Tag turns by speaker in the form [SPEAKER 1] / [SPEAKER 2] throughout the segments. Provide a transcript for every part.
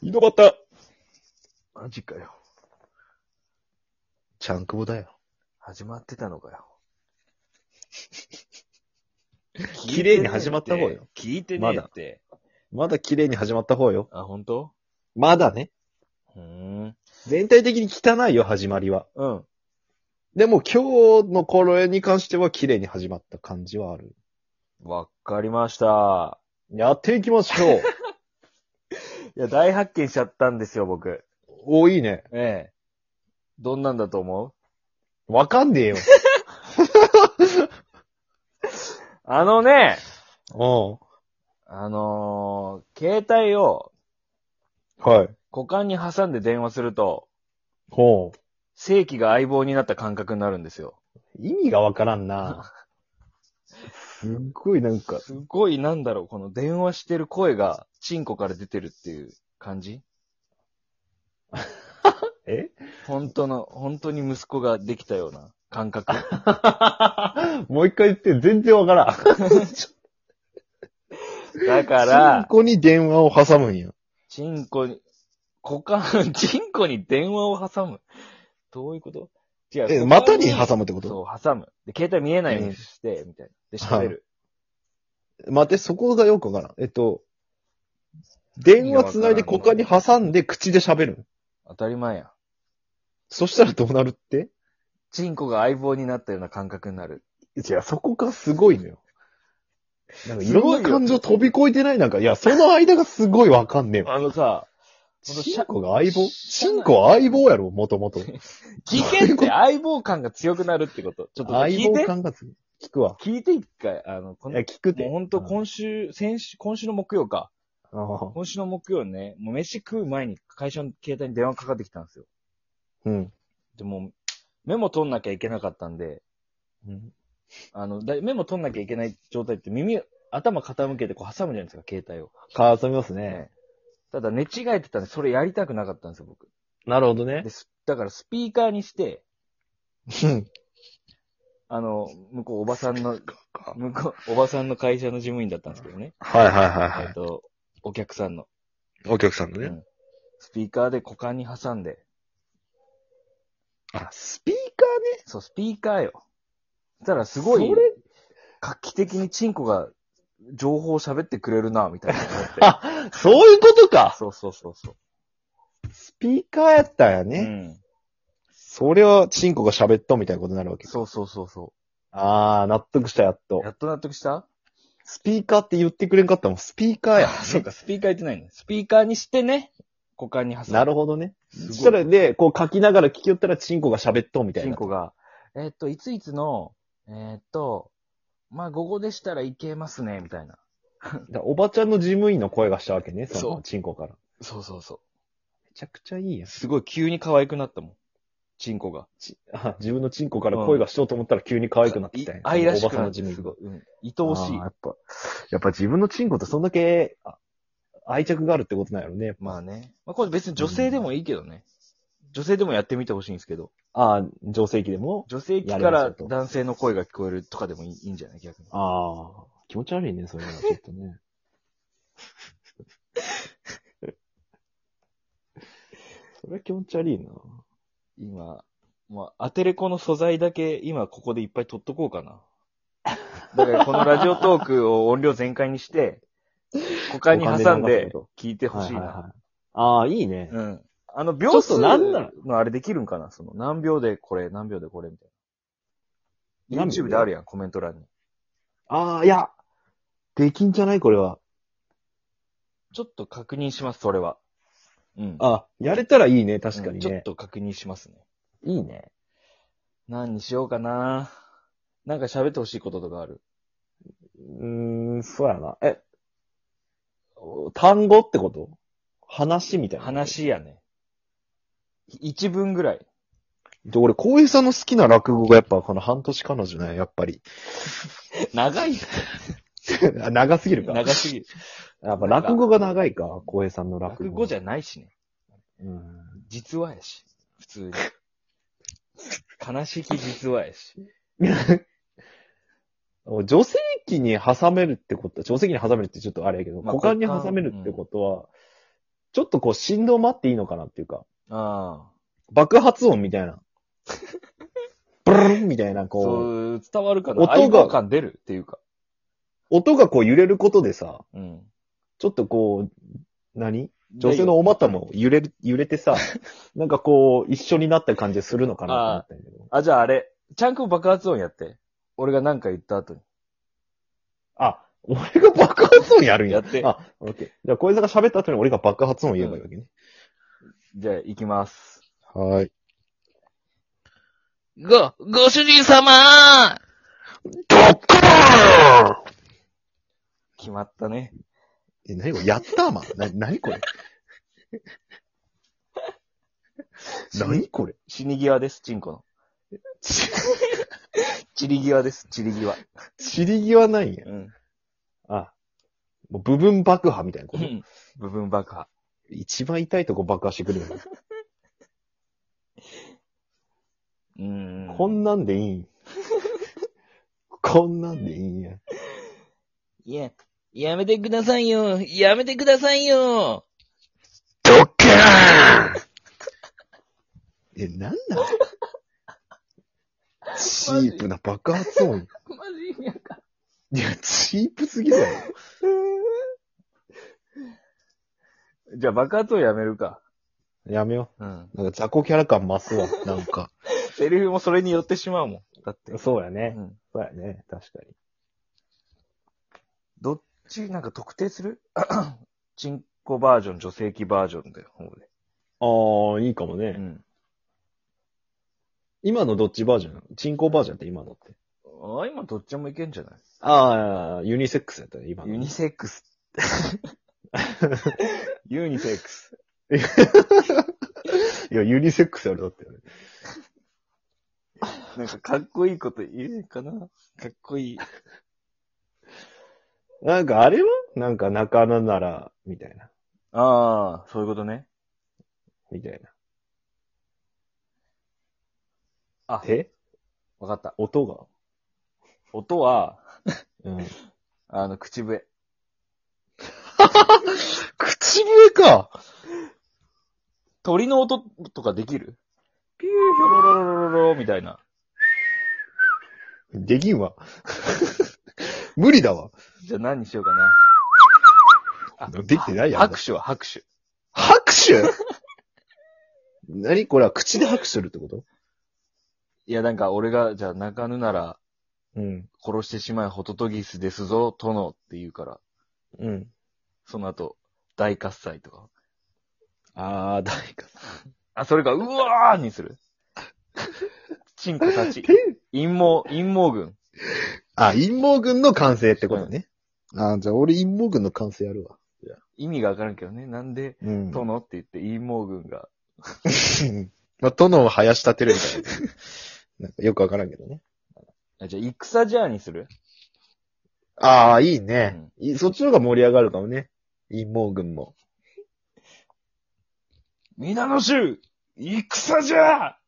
[SPEAKER 1] 井戸端
[SPEAKER 2] マジかよ。ちゃんくぼだよ。始まってたのか よ。
[SPEAKER 1] 綺麗に始まった方よ。
[SPEAKER 2] 聞いて
[SPEAKER 1] ま
[SPEAKER 2] ねえ
[SPEAKER 1] だ
[SPEAKER 2] って。
[SPEAKER 1] まだ綺麗に始まった方よ。
[SPEAKER 2] あ、本当？
[SPEAKER 1] まだね。
[SPEAKER 2] うーん。
[SPEAKER 1] 全体的に汚いよ、始まりは。
[SPEAKER 2] うん。
[SPEAKER 1] でも今日の頃に関しては綺麗に始まった感じはある。
[SPEAKER 2] わかりました。
[SPEAKER 1] やっていきましょ
[SPEAKER 2] い
[SPEAKER 1] う。
[SPEAKER 2] や、大発見しちゃったんですよ、僕。
[SPEAKER 1] お、いいね。
[SPEAKER 2] ええ。どんなんだと思
[SPEAKER 1] わかんねえよ。
[SPEAKER 2] うあのね、
[SPEAKER 1] うん。
[SPEAKER 2] あのー携帯を
[SPEAKER 1] はい。
[SPEAKER 2] 股間に挟んで電話すると、
[SPEAKER 1] ほう。
[SPEAKER 2] 正規が相棒になった感覚になるんですよ。
[SPEAKER 1] 意味がわからんな。すっごいなんか、
[SPEAKER 2] すごい、なんだろう、この電話してる声が、チンコから出てるっていう感じ
[SPEAKER 1] え
[SPEAKER 2] 本当の、本当に息子ができたような感覚。
[SPEAKER 1] もう一回言って、全然わからん。
[SPEAKER 2] だか
[SPEAKER 1] チン
[SPEAKER 2] ら、
[SPEAKER 1] コに電話を挟むんや。
[SPEAKER 2] チンコに、股間、 チンコに電話を挟む。どういうこと違う。
[SPEAKER 1] え、
[SPEAKER 2] 股間
[SPEAKER 1] 股に挟むってこと
[SPEAKER 2] そう、挟む。で、携帯見えないようにして、みたいな。で、喋る。
[SPEAKER 1] 待って、そこがよくわからん。えっと、電話つないで股間に挟んで口で喋る。
[SPEAKER 2] 当たり前や。
[SPEAKER 1] そしたらどうなるって
[SPEAKER 2] チンコが相棒になったような感覚になる。
[SPEAKER 1] いや、そこがすごいのよ。なんかい
[SPEAKER 2] すご
[SPEAKER 1] ろ
[SPEAKER 2] い
[SPEAKER 1] ん
[SPEAKER 2] よ
[SPEAKER 1] な感情飛び越えてないなんか、いや、その間がすごいわかんね えわ。
[SPEAKER 2] あのさ、ほんと
[SPEAKER 1] チンコが相棒
[SPEAKER 2] しゃ
[SPEAKER 1] チンコは相棒やろ、もともと。
[SPEAKER 2] 聞けって相棒感が強くなるってこと。ちょっと聞
[SPEAKER 1] 相
[SPEAKER 2] い
[SPEAKER 1] 棒
[SPEAKER 2] て。
[SPEAKER 1] 感がつ聞くわ。
[SPEAKER 2] 聞いて一回。あの、こ
[SPEAKER 1] い
[SPEAKER 2] の
[SPEAKER 1] や、聞くて。
[SPEAKER 2] もうほんと今週、先週、今週の木曜か。
[SPEAKER 1] うん
[SPEAKER 2] 今週の木曜ね、もう飯食う前に会社の携帯に電話かかってきたんですよ。
[SPEAKER 1] うん。
[SPEAKER 2] でもう、メモ取んなきゃいけなかったんで、
[SPEAKER 1] うん。
[SPEAKER 2] あの、だメモ取んなきゃいけない状態って耳、頭傾けてこう挟むじゃないですか、携帯を。
[SPEAKER 1] か、遊びますね。
[SPEAKER 2] ただ寝違えてたんで、それやりたくなかったんですよ、僕。
[SPEAKER 1] なるほどね
[SPEAKER 2] で。すだからスピーカーにして、
[SPEAKER 1] うん。
[SPEAKER 2] あの、向こうおばさんの、向こう、おばさんの会社の事務員だったんですけどね。
[SPEAKER 1] はいはいはいは
[SPEAKER 2] えっ
[SPEAKER 1] い。
[SPEAKER 2] と、お客さんの。
[SPEAKER 1] お客さんのね。
[SPEAKER 2] スピーカーで股間に挟んで。
[SPEAKER 1] あ、スピー
[SPEAKER 2] そう、スピーカーよ。そしたらすごい
[SPEAKER 1] それ、
[SPEAKER 2] 画期的にチンコが情報を喋ってくれるな、みた いな思って。
[SPEAKER 1] カーあ、そういうことか
[SPEAKER 2] そうそうそうそ
[SPEAKER 1] スピーカーやったんや
[SPEAKER 2] う。
[SPEAKER 1] ね。
[SPEAKER 2] うん。
[SPEAKER 1] それは、チンコが喋っとみたいなことになるわけ。
[SPEAKER 2] そうそうそうそ
[SPEAKER 1] あー、納得した、やっと
[SPEAKER 2] う。や。っと納得した
[SPEAKER 1] スピーカーって言ってくれんかったもん。スピーカーや。
[SPEAKER 2] そうか、スピーカー言ってないね。スピーカーにしてね、股間に挟む。
[SPEAKER 1] なる
[SPEAKER 2] ほ
[SPEAKER 1] ほどね。
[SPEAKER 2] すご
[SPEAKER 1] そ
[SPEAKER 2] い
[SPEAKER 1] したら、で、こう書きながら聞きよったら、チンコが喋っとみたい
[SPEAKER 2] チン
[SPEAKER 1] な。
[SPEAKER 2] コが、えーっと、いついつの、えーっと、まあ、午後でしたらいけますね、みたいな。
[SPEAKER 1] だおばちゃんの事務員の声がしたわけね、そ
[SPEAKER 2] そ
[SPEAKER 1] の、
[SPEAKER 2] う
[SPEAKER 1] チンコから。め
[SPEAKER 2] そうそうそ
[SPEAKER 1] ちゃくちゃいいや
[SPEAKER 2] う。すごい、急に可愛くなったもん。チンコが。
[SPEAKER 1] ち あ自分のチンコから声がしようと思ったら急に可愛くなってきたんや
[SPEAKER 2] い愛らし
[SPEAKER 1] おば
[SPEAKER 2] く
[SPEAKER 1] さ
[SPEAKER 2] な
[SPEAKER 1] んの
[SPEAKER 2] っ
[SPEAKER 1] 事
[SPEAKER 2] て、
[SPEAKER 1] 務
[SPEAKER 2] す
[SPEAKER 1] 員
[SPEAKER 2] ごい。うん。
[SPEAKER 1] あ
[SPEAKER 2] 愛おし
[SPEAKER 1] ー
[SPEAKER 2] い
[SPEAKER 1] や。っぱ、やっぱ自分のチンコってそんだけ、あ愛着があるってことなんやろね。
[SPEAKER 2] まあね。まあこれ別に女性でもいいけどね。女性でもやってみてほしいんですけど。
[SPEAKER 1] ああ、女性器でも。
[SPEAKER 2] 女性器から男性の声が聞こえるとかでもいいいいんじゃない逆に。
[SPEAKER 1] ああ、気持ち悪いね、それは。ちょっとね。 それは気持ち悪いな。
[SPEAKER 2] 今、まあ、アテレコの素材だけ今ここでいっぱい取っとこうかな。だからこのラジオトークを音量全開に して、股間に挟んで聞いてほしい
[SPEAKER 1] はいはい
[SPEAKER 2] な。
[SPEAKER 1] はいああ、いいね。
[SPEAKER 2] うん。あの秒
[SPEAKER 1] ちょっ
[SPEAKER 2] 数
[SPEAKER 1] となんな
[SPEAKER 2] のあれできるんかなその何秒でこれ、何秒でこれみたいな。
[SPEAKER 1] 何秒
[SPEAKER 2] YouTube であるやん、コメント欄に。
[SPEAKER 1] ああ、いや、できんじゃないこれは。
[SPEAKER 2] ちょっと確認します、それは。うん。
[SPEAKER 1] あやれたらいいね、確か
[SPEAKER 2] う
[SPEAKER 1] に
[SPEAKER 2] んちょっ
[SPEAKER 1] ね。
[SPEAKER 2] と確認しますね。
[SPEAKER 1] いいね。
[SPEAKER 2] 何にしようかななんか喋ってほしいこととかある
[SPEAKER 1] うーん、そうやな。え、単語ってこと話みたいな。。
[SPEAKER 2] 話やね。一文ぐらい。
[SPEAKER 1] で、俺、浩平さんの好きな落語がやっぱこの半年彼女ね、やっぱり。
[SPEAKER 2] 長い
[SPEAKER 1] あ長すぎるか。
[SPEAKER 2] 長すぎ る。
[SPEAKER 1] やっぱ落語が長いか、浩平さんの落語。
[SPEAKER 2] 落語じ
[SPEAKER 1] ゃ、
[SPEAKER 2] ゃないしね。
[SPEAKER 1] うん。
[SPEAKER 2] 実話やし。普通に。悲しき実話やし。
[SPEAKER 1] 女性器に挟めるってこと、女性器に挟めるってちょっとあれやけど、
[SPEAKER 2] まあ
[SPEAKER 1] 股間に挟めるってことは、ちょっとこう振動待っていいのかなっていうか、
[SPEAKER 2] ああ。
[SPEAKER 1] 爆発音みたいな。ブルーンみたいな、こう、
[SPEAKER 2] そう、伝わるかな
[SPEAKER 1] 音が
[SPEAKER 2] 相棒感出るっていうか。
[SPEAKER 1] 音がこう揺れることでさ、
[SPEAKER 2] うん。
[SPEAKER 1] ちょっとこう、何女性のお股も揺れる、揺れ てさ、なんかこう、一緒になった感じするのかなと思ったんだけど。
[SPEAKER 2] あ、じゃああれ、ちゃんくん爆発音やって。俺が何か言った後に。
[SPEAKER 1] あ、俺が爆発音やるんや。
[SPEAKER 2] やって
[SPEAKER 1] あ、オッケー。じゃあ、小江さんが喋った後に俺が爆発音言えばいいわけね。
[SPEAKER 2] じゃあ、行きます。
[SPEAKER 1] はーい。
[SPEAKER 3] ご、ご主人様
[SPEAKER 1] ドッカー
[SPEAKER 2] 決まったね。
[SPEAKER 1] え、何これやったーマンな、何 これ何これ
[SPEAKER 2] 死に際です、チン コの。
[SPEAKER 1] ち、
[SPEAKER 2] 散り際です、散り際。
[SPEAKER 1] 散り際ないんや。
[SPEAKER 2] うん。
[SPEAKER 1] あ、もう部分爆破みたいなこと。
[SPEAKER 2] 部分爆破。
[SPEAKER 1] 一番痛いとこ爆破してくるよね。
[SPEAKER 2] うん
[SPEAKER 1] こんなんでいいん。こんなんでいいんや。
[SPEAKER 3] いや、やめてくださいよ。やめてくださいよ。
[SPEAKER 1] ドッカーえ、なんだチープな爆発音。
[SPEAKER 3] マジ意味わかん
[SPEAKER 1] いや、チープすぎだよ。
[SPEAKER 2] じゃあ爆発音やめるか。
[SPEAKER 1] やめよ
[SPEAKER 2] うん。
[SPEAKER 1] う。なんか雑魚キャラ感増すわ。なんか。
[SPEAKER 2] セリフもそれに寄ってしまうもん。だって。
[SPEAKER 1] そうや
[SPEAKER 2] う
[SPEAKER 1] ね。
[SPEAKER 2] ん。
[SPEAKER 1] そうやね。確かに。
[SPEAKER 2] どっち、なんか特定する チンコバージョン、女性器バージョンだよ、ほぼで。
[SPEAKER 1] ああ、いいかもね。
[SPEAKER 2] うん。
[SPEAKER 1] 今のどっちバージョンチンコバージョンって今のって。
[SPEAKER 2] あ、今どっちもいけんじゃない
[SPEAKER 1] ああ、ユニセックスやったね、今の。
[SPEAKER 2] ユニセックス。ユニセックス。
[SPEAKER 1] いや、ユニセックスやるだって、ね。
[SPEAKER 2] なんかかっこいいこと言えるかなかっこいい。
[SPEAKER 1] なんかあれはなんか仲間なら、みたいな。
[SPEAKER 2] ああ、そういうことね。
[SPEAKER 1] みたいな。
[SPEAKER 2] あ
[SPEAKER 1] え
[SPEAKER 2] わかった。
[SPEAKER 1] 音が
[SPEAKER 2] 音は、
[SPEAKER 1] うん。
[SPEAKER 2] あの、口笛。
[SPEAKER 1] 口笛か
[SPEAKER 2] 鳥の音とかできるピューヒョロロロロロロみたいな。
[SPEAKER 1] できんわ。 無理だわ。
[SPEAKER 2] じゃあ何にしようかな。
[SPEAKER 1] できてないやん。
[SPEAKER 2] 拍手は拍手。
[SPEAKER 1] 拍手何これは口で拍手するってこと
[SPEAKER 2] いや、なんか俺が、じゃあ泣かぬなら
[SPEAKER 1] うん。
[SPEAKER 2] 殺してしまいホトトギスですぞ、殿って言うから、
[SPEAKER 1] うん。
[SPEAKER 2] その後、大喝采とか。
[SPEAKER 1] あー、誰か。
[SPEAKER 2] あ、それか、うわーにする。チンコたち。陰謀、陰謀軍。
[SPEAKER 1] あ、陰謀軍の完成ってことね。あーじゃあ俺陰謀軍の完成やるわ。
[SPEAKER 2] 意味がわからんけどね。なんで、
[SPEAKER 1] うん
[SPEAKER 2] 殿って言って陰謀軍が。
[SPEAKER 1] まあ、殿を生やし立てるみたい な。なんかよくわからんけどね。
[SPEAKER 2] あじゃあ、戦じゃあにする
[SPEAKER 1] ああ、いいね、いそっちの方が盛り上がるかもね。陰謀軍も。
[SPEAKER 2] 皆の衆、戦じゃ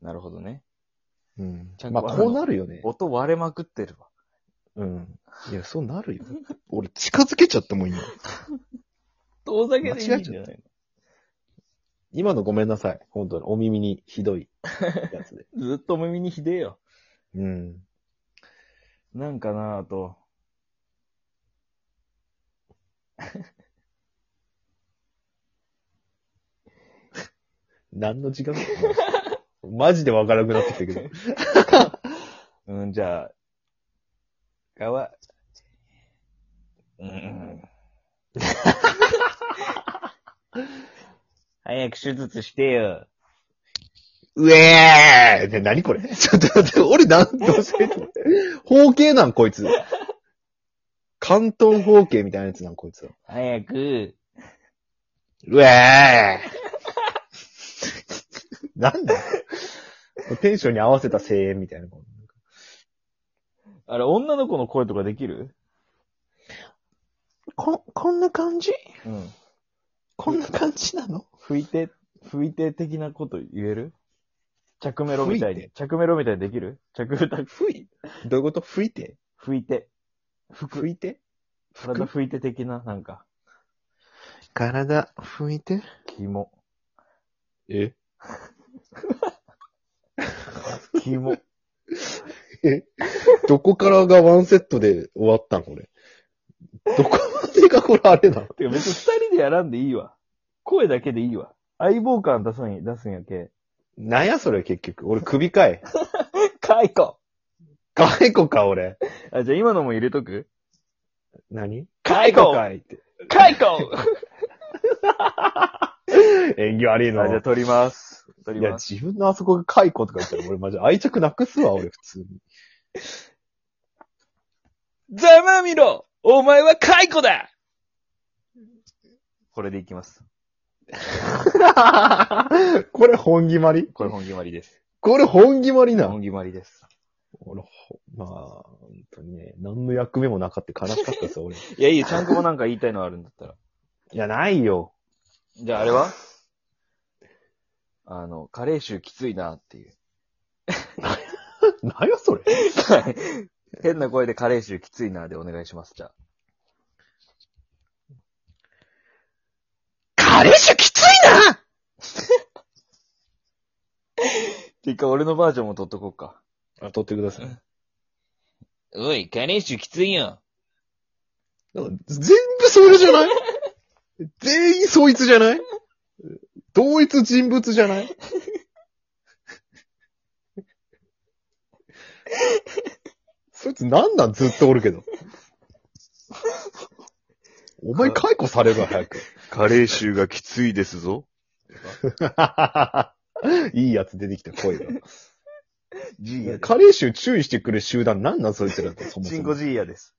[SPEAKER 2] なるほどね。
[SPEAKER 1] うん
[SPEAKER 2] ちゃん
[SPEAKER 1] ま
[SPEAKER 2] と
[SPEAKER 1] あ、こうなるよね。
[SPEAKER 2] 音割れまくってるわ。
[SPEAKER 1] うん。いや、そうなるよ。俺、近づけちゃったもん、今。
[SPEAKER 2] 遠ざ
[SPEAKER 1] け
[SPEAKER 2] け
[SPEAKER 1] で
[SPEAKER 2] で
[SPEAKER 1] い
[SPEAKER 2] い
[SPEAKER 1] い
[SPEAKER 2] い
[SPEAKER 1] ん
[SPEAKER 2] ん
[SPEAKER 1] じ
[SPEAKER 2] じ
[SPEAKER 1] ゃ
[SPEAKER 2] ゃ
[SPEAKER 1] な
[SPEAKER 2] ないい
[SPEAKER 1] の
[SPEAKER 2] の
[SPEAKER 1] 今のごめんなさい。本当に、お耳にひどいや つで。
[SPEAKER 2] ずっとお耳にひでえよ。
[SPEAKER 1] うん。
[SPEAKER 2] なんかなぁと。
[SPEAKER 1] 何の時間マジでわからなくなってきたけど。
[SPEAKER 2] うん、じゃあ、かわ、うん。 早く手術してよ。
[SPEAKER 1] うえーで、何これちょっと待って、俺なん、どうして方形なん、こいつ。関東方形みたいなやつなん、こいつは。
[SPEAKER 2] 早く、
[SPEAKER 1] うえーなんだよテンションに合わせた声援みたいな。
[SPEAKER 2] あれ、女の子の声とかできる
[SPEAKER 1] こ、こんな感じ
[SPEAKER 2] うん。
[SPEAKER 1] こんな感じなの
[SPEAKER 2] 吹いて、吹いて的なこと言える着メロみたい
[SPEAKER 1] 吹い
[SPEAKER 2] に。着メロみたいにできる着歌、
[SPEAKER 1] 吹いどういうこと吹いて
[SPEAKER 2] 吹いて。
[SPEAKER 1] 吹いて
[SPEAKER 2] 体拭いて的な、なんか、
[SPEAKER 1] 体、拭いて。
[SPEAKER 2] キモ。
[SPEAKER 1] え
[SPEAKER 2] キモ。
[SPEAKER 1] どこからがワンセットで終わったんこれ。どこまでがこれあれなの
[SPEAKER 2] てか別に二人でやらんでいいわ。声だけでいいわ。相棒感出すんや、出すんやけ。
[SPEAKER 1] なんやそれ結局。俺首かい。
[SPEAKER 3] カイコ
[SPEAKER 1] かいこか俺。
[SPEAKER 2] あ、じゃあ今のも入れとく
[SPEAKER 1] 何
[SPEAKER 3] カイコ
[SPEAKER 1] かいって。
[SPEAKER 3] カイコ
[SPEAKER 1] 演技悪いの。
[SPEAKER 2] あ、じゃあ取ります。取
[SPEAKER 1] い
[SPEAKER 2] り
[SPEAKER 1] や、
[SPEAKER 2] ます。
[SPEAKER 1] 自分のあそこが解雇とか言ったら、俺マジ愛着なくすわ、俺普通に。
[SPEAKER 3] ざまあみろお前はカイコだ
[SPEAKER 2] これでいきます。
[SPEAKER 1] これ本決まり
[SPEAKER 2] これ本決まりです。
[SPEAKER 1] これ本決まりな。
[SPEAKER 2] 本決まりです。
[SPEAKER 1] 俺ほまあ、本当にね、何の役目もなかった悲しかったです、俺。い
[SPEAKER 2] いや、いいよ。ちゃんこもなんか言いたいのあるんだったら。
[SPEAKER 1] や、ない よ。
[SPEAKER 2] じゃああれはあの、カレー臭きついなっ ていう。
[SPEAKER 1] 何やそれ。
[SPEAKER 2] 変な声でカレー臭きついなでお願いします。じゃあ。
[SPEAKER 3] 彼氏きついな
[SPEAKER 2] 一回俺のバージョンも取っとこうか。
[SPEAKER 1] あ、取ってください。
[SPEAKER 3] おい、彼氏きついよ。
[SPEAKER 1] なんか全部それじゃない全員そいつじゃない同一人物じゃないそいつなんなんずっとおるけど。お前解雇されるわ、早く。
[SPEAKER 2] カレー臭がきついですぞ。
[SPEAKER 1] いいやつ出てきた、声が。
[SPEAKER 2] ジーヤです。
[SPEAKER 1] カレー臭注意してくる集団なんなん、そいつらって、そも
[SPEAKER 2] チ
[SPEAKER 1] そ
[SPEAKER 2] ンコ
[SPEAKER 1] も。
[SPEAKER 2] ジーヤです。